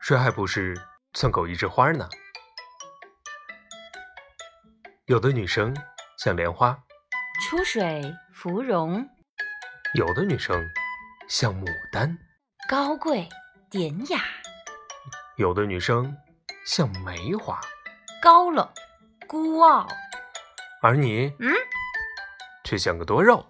这还不是寸狗一枝花呢？有的女生像莲花，出水芙蓉，有的女生像牡丹，高贵典雅，有的女生像梅花，高冷孤傲。而你嗯，却像个多肉。